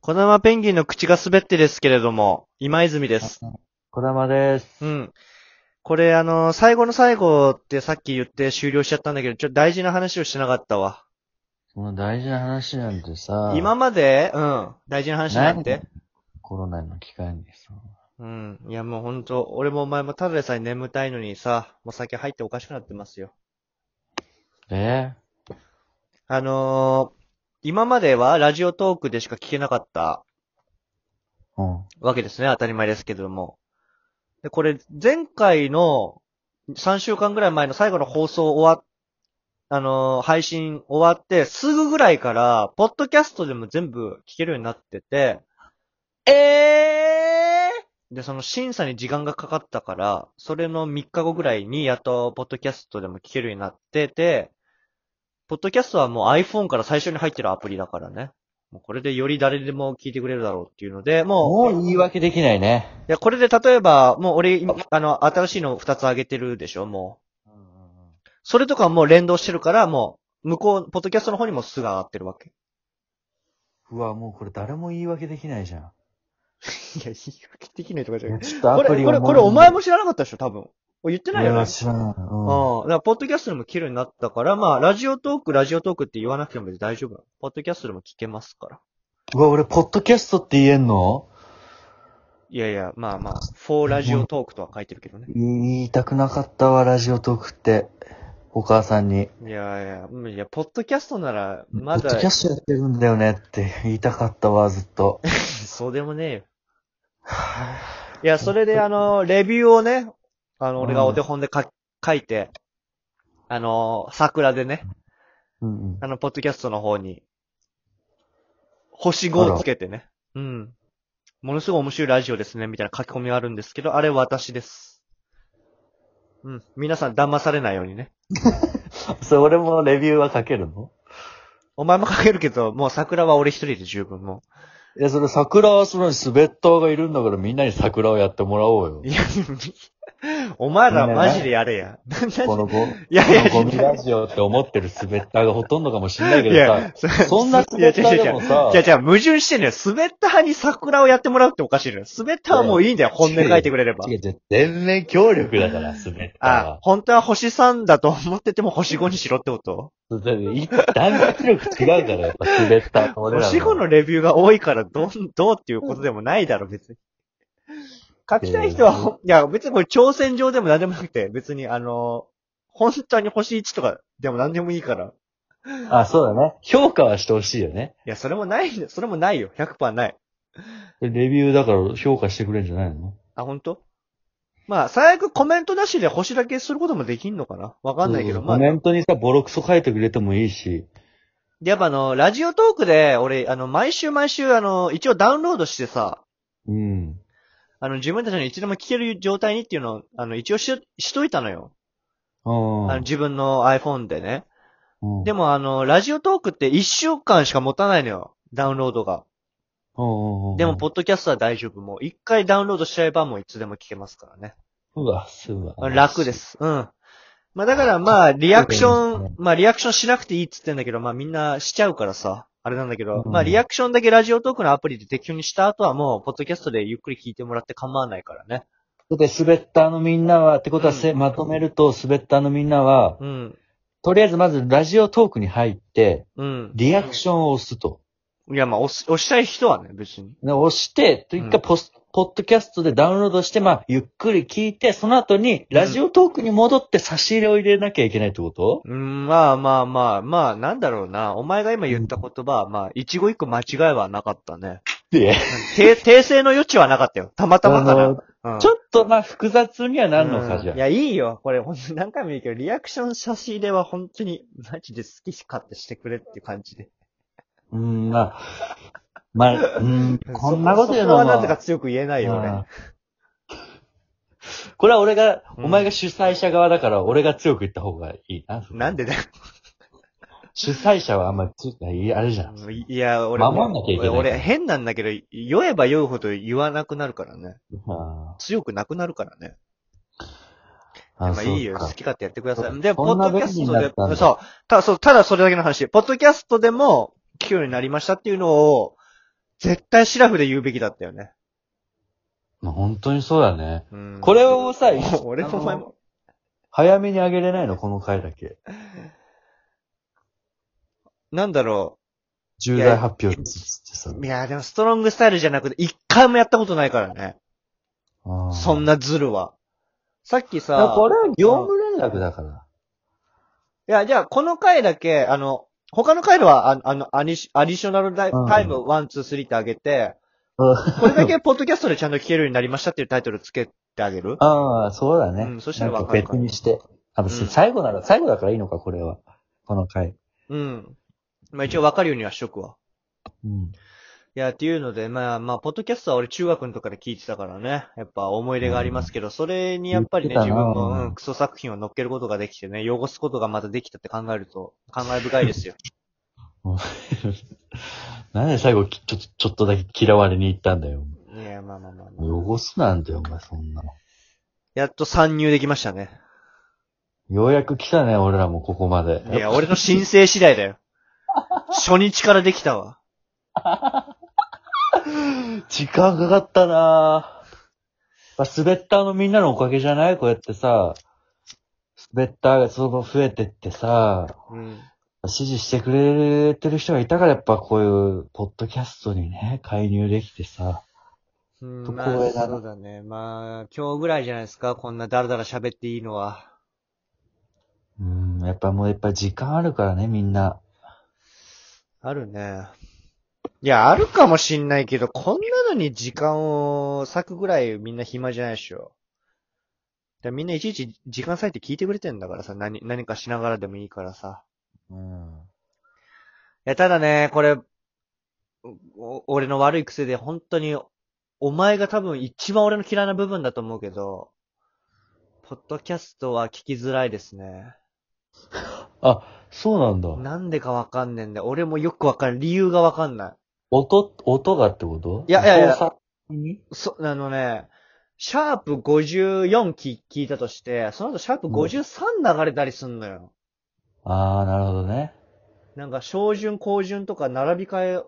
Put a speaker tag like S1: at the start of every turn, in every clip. S1: 小玉ペンギンの口が滑ってですけれども、今泉です。
S2: 小玉です。
S1: うん。これあの、最後の最後ってさっき言って終了しちゃったんだけど、ちょっと大事な話をしてなかったわ。
S2: もう大事な話なんてさ、
S1: 今まで、うん、大事な話なんて。
S2: コロナの期間にさ、
S1: うん。いやもうほんと、俺もお前もただでさえ眠たいのにさ、もう酒入っておかしくなってますよ。
S2: え
S1: あのー、今まではラジオトークでしか聞けなかった
S2: うん。
S1: わけですね。当たり前ですけども。で、これ、前回の、3週間ぐらい前の最後の放送終わっ、あのー配信終わって、すぐぐらいから、ポッドキャストでも全部聞けるようになってて、えーで、その審査に時間がかかったから、それの3日後ぐらいに、やっと、ポッドキャストでも聞けるようになってて、ポッドキャストはもう iPhone から最初に入ってるアプリだからね。もうこれでより誰でも聞いてくれるだろうっていうので、もう、
S2: もう言い訳できないね。
S1: いや、これで例えば、もう俺、今あの、新しいの2つ上げてるでしょ、も
S2: うんうんうん。
S1: う。それとかもう連動してるから、もう、向こう、ポッドキャストの方にもすぐ上がってるわけ。
S2: うわ、もうこれ誰も言い訳できないじゃん。
S1: いや、言い訳できないとかじ
S2: ちょっと
S1: こ
S2: アプ
S1: れ、
S2: リ
S1: これ、これお前も知らなかったでしょ、多分。俺言ってないよね。
S2: ね。知らない。う
S1: う
S2: ん。
S1: ん。だから、ポッドキャストでも聞けるようになったから、まあ、ラジオトーク、ラジオトークって言わなくても大丈夫なの。ポッドキャストでも聞けますから。
S2: うわ、俺、ポッドキャストって言えんの
S1: いやいや、まあまあ、for ラジオトークとは書いてるけどね。
S2: 言いたくなかったわ、ラジオトークって。お母さんに。
S1: いやいや、うんいや、ポッドキャストなら、ま
S2: ポッ
S1: だ
S2: ドキ、ャストやってるんだよねって言いたかったわ、ずっ と。
S1: そうでもねえよ。
S2: はい
S1: や、それで、あの、レビューをね、あの、俺が
S2: うん
S1: お手本でか書いて、あの、桜でね、
S2: いうんうん
S1: あの、ポッドキャストの方に、星5をつけてね、うん。ものすごい面白いラジオですね、みたいな書き込みがあるんですけど、あれ私です。うん。皆さん騙されないようにね。
S2: それ俺もレビューは書けるの
S1: お前も書けるけど、もう桜は俺一人で十分も
S2: いや、それ桜はそのスベッターがいるんだからみんなに桜をやってもらおうよ
S1: う。い。や、 お前らマジでやれや。
S2: このゴ
S1: いやいや、
S2: このゴミラジオって思ってるスベッターがほとんどかもしんないけ
S1: い
S2: どさ
S1: や、、そ
S2: そんなスベッターでもさ
S1: じゃ、じゃ矛盾してんのよ。滑った派に桜をやってもらうっておかしいのよ。滑った派はもういいんだよ。本音書いてくれれば
S2: 違。う違う全面協力だから、スベッター
S1: あ
S2: は、。
S1: 本当は星3だと思ってても星5にしろってこと
S2: だってい団結力違うから、やっぱスベッターと俺ら
S1: 星5のレビューが多いからどう、 どうっていうことでもないだろ、別に。書きたい人
S2: え
S1: は、いや、別にこれ挑戦状でも何でもなくて、別にあの、本当に星1とかでも何でもいいから。
S2: あ、そうだね。評価はしてほしいよね。
S1: いや、それもないんだ、それもないよ。100%ない。
S2: レビューだから評価してくれるんじゃないの
S1: あ、本当まあ、最悪コメントなしで星だけすることもできんのかなわかんないけど、
S2: そうそう
S1: まあ
S2: コ、メントにさ、ボロクソ書いてくれてもいいし。
S1: でやっぱあの、ラジオトークで、俺、あの、毎週毎週、あの、一応ダウンロードしてさ、
S2: うん。
S1: あの、自分たちのいつでも聞ける状態にっていうのを、あの、一応し、しといたのよ。
S2: うん
S1: あの、自分の iPhone でね。
S2: うん。
S1: でもあの、ラジオトークって一週間しか持たないのよ。ダウンロードが。
S2: も
S1: でも、ポッドキャストは大丈夫。もう、一回ダウンロードしちゃえば、もういつでも聞けますからね。
S2: うわ、すごい。
S1: 楽で。す。うん。まあだからまあ、リアクション、まあリアクションしなくていいっつってんだけど、まあみんなしちゃうからさ、あれなんだけど、
S2: うん
S1: まあリアクションだけラジオトークのアプリで適当にした後はもう、ポッドキャストでゆっくり聞いてもらって構わないからね。
S2: だって、スベッターのみんなは、ってことはせ、
S1: う
S2: まとめると、スベッターのみんなは、
S1: うん。
S2: とりあえずまずラジオトークに入って、
S1: うん。
S2: リアクションを押すと。
S1: いやまあ押す、押したい人はね、別に。
S2: で押して、と
S1: うん
S2: 一回ポス、ポッドキャストでダウンロードして、まあ、ゆっくり聞いて、その後に、ラジオトークに戻って差し入れを入れなきゃいけないってこと、
S1: うん、まあまあまあ、まあなんだろうな。お前が今言った言葉は、まあ、一語一句間違いはなかったね。
S2: で、
S1: て訂正の余地はなかったよ。たまたまか
S2: あ
S1: な
S2: の。
S1: うん
S2: ちょっとまあ、複雑にはなんの
S1: う
S2: か、
S1: ん
S2: じゃあ
S1: いや、いいよ。これ、ほんと何回も言うけど、リアクション差し入れは本当に、マジで好き勝手してくれっていう感じで。
S2: うーん、まあ、まあ、うーん、こんなこと言う
S1: そ
S2: の
S1: こはな
S2: も
S1: ぜか。強く言えないよ、
S2: うん
S1: 俺。
S2: これは俺が、
S1: うん
S2: お前が主催者側だから、俺が強く言った方がいいな。
S1: なんでだよ。
S2: 主催者はあんま強くない、あれじゃん。
S1: いいや、俺、
S2: 守んなきゃいけない
S1: 俺、俺変なんだけど、酔えば酔うほど言わなくなるからね。
S2: あ
S1: 強くなくなるからね。
S2: あ
S1: まあいいよ、好。き勝手やってくださ
S2: そ
S1: い。で、ポ
S2: そん
S1: ッ
S2: な
S1: ドキャス
S2: 便利になった
S1: ト
S2: ん
S1: で、
S2: だ
S1: そう、ただ、そう、ただそれだけの話。ポッドキャストでも聞くようになりましたっていうのを、絶対シラフで言うべきだったよね。
S2: まあ本当にそうだね。
S1: うん
S2: これをさ、
S1: 俺もお前も。
S2: 早めにあげれないの、この回だけ。
S1: なんだろ
S2: 重大発表ですってさ。
S1: う。いや、でもストロングスタイルじゃなくて、一回もやったことないからね。
S2: う
S1: そん。なズルは。さっき
S2: だから
S1: さ、
S2: これは業務連絡だから。
S1: いや、じゃあ、この回だけ、あの、他の回では、ああの、アニシアディショナルタイ
S2: うん
S1: タイム、ワン、ツー、スリーってあげて、
S2: うん
S1: これだけポッドキャストでちゃんと聞けるようになりましたっていうタイトルつけてあげる
S2: ああ、そうだね。
S1: うんそしたら
S2: なん
S1: わ
S2: か
S1: かるから
S2: 別にして。あ、別
S1: うん
S2: に最後なら、最後だからいいのか、これは。この回。
S1: うん。まあ一応わかるようにはしとくわ。
S2: うん。
S1: いや、っていうので、まあまあ、ポッドキャストは俺中学のとかで聞いてたからね、やっぱ思い出がありますけど、それにやっぱりね、
S2: 言って
S1: 自
S2: た
S1: 分
S2: な
S1: の、うん、クソ作品を乗っけることができてね、汚すことがまたできたって考えると、感慨深い ですよ。
S2: なんで最後き、ちょっと、ちょっとだけ嫌われに行ったんだよ。
S1: いや、まあまあまあ、まあ。
S2: 汚すなんだよ、お前、そんなの。
S1: やっと参入できましたね。
S2: ようやく来たね、俺らもここまで。
S1: いや、俺の申請次第だ よ。初日からできたわ。
S2: 時間かかったなぁ。まあ、スベッターのみんなのおかげじゃないこうやってさ、スベッターがその分増えてってさ、
S1: うん。
S2: 支持してくれてる人がいたからやっぱこういう、ポッドキャストにね、介入できてさ。
S1: うん
S2: と
S1: まあ
S2: 光栄だな
S1: そうだね。まあ、今日ぐらいじゃないですか、こんなダラダラ喋っていいのは。
S2: うん、やっぱもうやっぱ時間あるからね、みんな。
S1: あるね。いや、あるかもしんないけど、こんなのに時間を割くぐらいみんな暇じゃないでしょ。だからみんないちいち時間割いて聞いてくれてんだからさ、何、何かしながらでもいいからさ。
S2: うん。
S1: いや、ただね、これ、お俺の悪い癖で本当に、お前が多分一番俺の嫌いな部分だと思うけど、ポッドキャストは聞きづらいですね。
S2: そうなんだ。
S1: なんでかわかんねえんだよ。俺もよくわかん、理由がわかんない。
S2: 音、音がってこと
S1: いやいやいや
S2: 動作に
S1: そ、あのね、シャープ54聞聞いたとして、その後シャープ53流れたりすんのよ。
S2: ああ、なるほどね。
S1: なんか、小順、高順とか並び替え、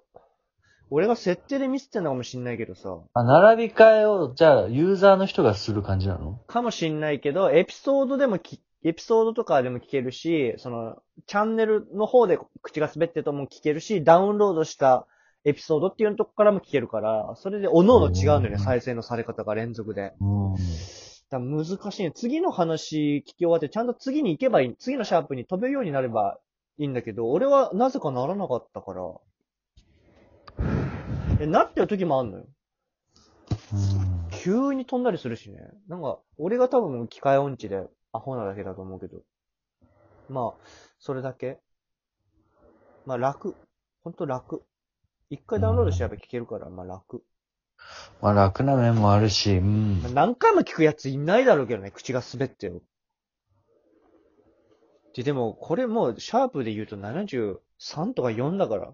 S1: 俺が設定でミスってんのかもしんないけどさ。
S2: あ、並び替えを、じゃあ、ユーザーの人がする感じなの
S1: かもしんないけど、エピソードでもき、エピソードとかでも聞けるし、その、チャンネルの方で口が滑ってるとも聞けるし、ダウンロードしたエピソードっていうとこからも聞けるから、それで各々違うのよね、
S2: うん
S1: 再生のされ方が連続で。
S2: うん。
S1: だから難しいね。次の話聞き終わって、ちゃんと次に行けばいい。次のシャープに飛べるようになればいいんだけど、俺はなぜかならなかったから。え、なってる時もあんのよ。
S2: うん
S1: 急に飛んだりするしね。なんか、俺が多分機械音痴でアホなだけだと思うけど。まあ、それだけ。まあ楽。ほんと楽。一回ダウンロードしれば聞けるから、まあ楽。
S2: まあ楽な面もあるし、うん
S1: まあ。何回も聞くやついないだろうけどね、口が滑ってよ。で、でも、これもう、シャープで言うと73とか4だから。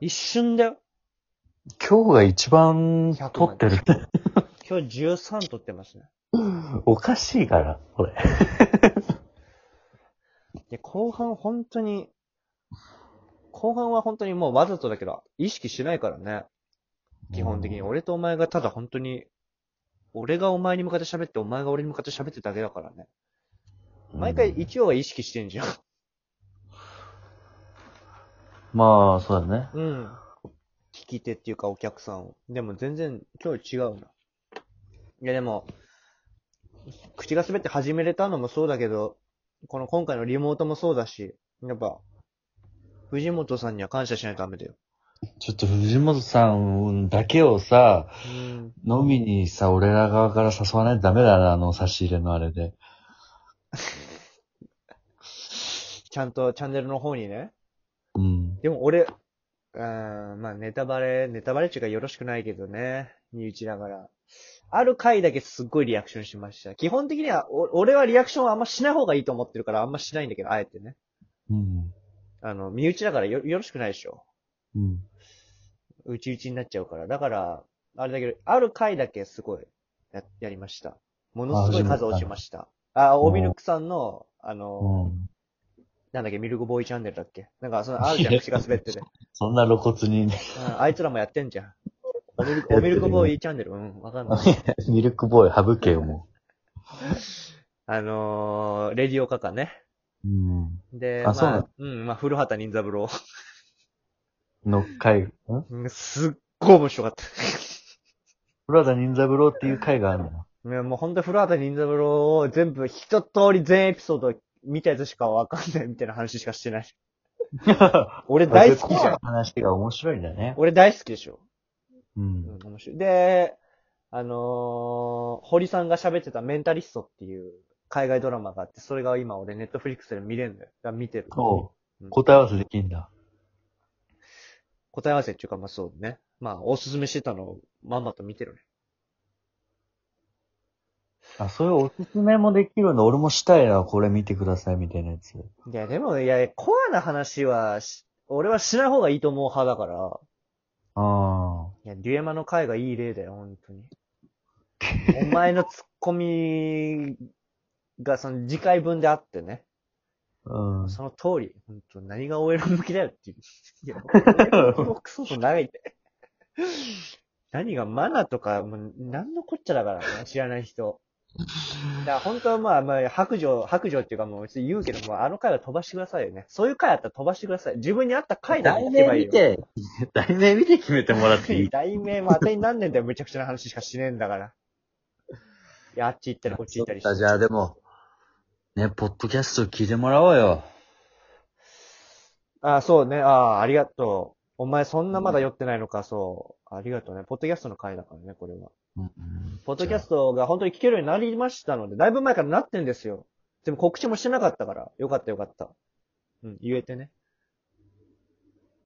S1: 一瞬だよ。
S2: 今日が一番
S1: 100
S2: 撮ってる。
S1: 今日13撮ってますね。
S2: おかしいから、これ。
S1: で、後半本当に、後半は本当にもうわざとだけど、意識しないからね。基本的に。
S2: うん
S1: 俺とお前がただ本当に、俺がお前に向かって喋って、お前が俺に向かって喋ってるだけだからね。毎回
S2: うん
S1: 一応は意識してんじゃん。
S2: まあ、そうだね。
S1: うん。聞き手っていうかお客さんを。でも全然今日違うな。いやでも、口が滑って始めれたのもそうだけど、この今回のリモートもそうだし、やっぱ、藤本さんには感謝しないとダメだよ。
S2: ちょっと藤本さんだけをさ、
S1: うん。
S2: 飲みにさ、俺ら側から誘わないとダメだな、あの差し入れのあれで。
S1: ちゃんとチャンネルの方にね。
S2: うん。
S1: でも俺、うーん、まあネタバレ、ネタバレっていうかよろしくないけどね。身内ながら。ある回だけすっごいリアクションしました。基本的には、お俺はリアクションはあんましない方がいいと思ってるからあんましないんだけど、あえてね。
S2: うん。
S1: あの、身内だからよよろしくないでしょ。
S2: うん。
S1: うちうちになっちゃうから。だから、あれだけど、ある回だけすごいや、やりました。ものすごい数落ちました。あ、オビルクさんの、あの、
S2: うん
S1: なんだっけ、ミルクボーイチャンネルだっけなんか、その、あるじゃん、口が滑ってて。
S2: そんな露骨に、ね、
S1: うん、あいつらもやってんじゃん。おミルク、おミルクボーイチャンネル、うん、わかんない。
S2: ミルクボーイ省けよ、も
S1: あのー、レディオカカね。
S2: う。うん。
S1: で、
S2: あ
S1: ま
S2: そうなの
S1: うん、まあ、古畑任三郎。
S2: の回、ん
S1: うんすっごい面白かった。
S2: 古田任三郎っていう回がある のよ。
S1: いや、もうほんと古畑任三郎を全部一通り全エピソード見たやつしかわかんないみたいな話しかしてない。俺大好きじゃん。。
S2: 話が面白いんだね。
S1: 俺大好きでしょ。
S2: う。
S1: うんん、面白い。で、あのー、堀さんが喋ってたメンタリストっていう海外ドラマがあって、それが今俺ネットフリックスで見れるんだよ。だから見てる。
S2: そう
S1: うん
S2: 答え合わせできんだ。
S1: 答え合わせっていうか、まあそうね。まあ、おすすめしてたのをまんまと見てるね。
S2: あ、そういうおすすめもできるの。俺もしたいな、これ見てください、みたいなやつ。
S1: いや、でも、いや、コアな話はし、俺はしない方がいいと思う派だから。
S2: あ
S1: いや、デュエマの回がいい例だよ、本 当に。お前のツッコミがその次回分であってね。
S2: あ。うん。
S1: その通り、本当何が OL 向きだよっていう。いや、 俺このクソと長いって。何がマナーとか、もう何のこっちゃだからね、知らない人。だから本当はまあまあ、白状、白状っていうかもう別に言うけども、あの回は飛ばしてくださいよね。そういう回あったら飛ばしてください。自分に合った回だけ
S2: 題
S1: 聞け
S2: 名
S1: ばいい
S2: 見
S1: よ。
S2: て、 題名見て決めてもらって いい
S1: 題名も当てになんねんだよ、むちゃくちゃな話しかしねえんだから。いや、あっち行ったりこっち行ったりして。
S2: そっかじゃあでも、ね、ポッドキャスト聞いてもらおうよ。
S1: あ、そうね。ああ、りがとう。お前そんなまだ酔ってないのか、そう。ありがとうね。ポッドキャストの回だからね、これは。ポッドキャストが本当に聞けるようになりましたので、だいぶ前からなってんですよ。でも告知もしてなかったから。よかったよかった。うん、言えてね。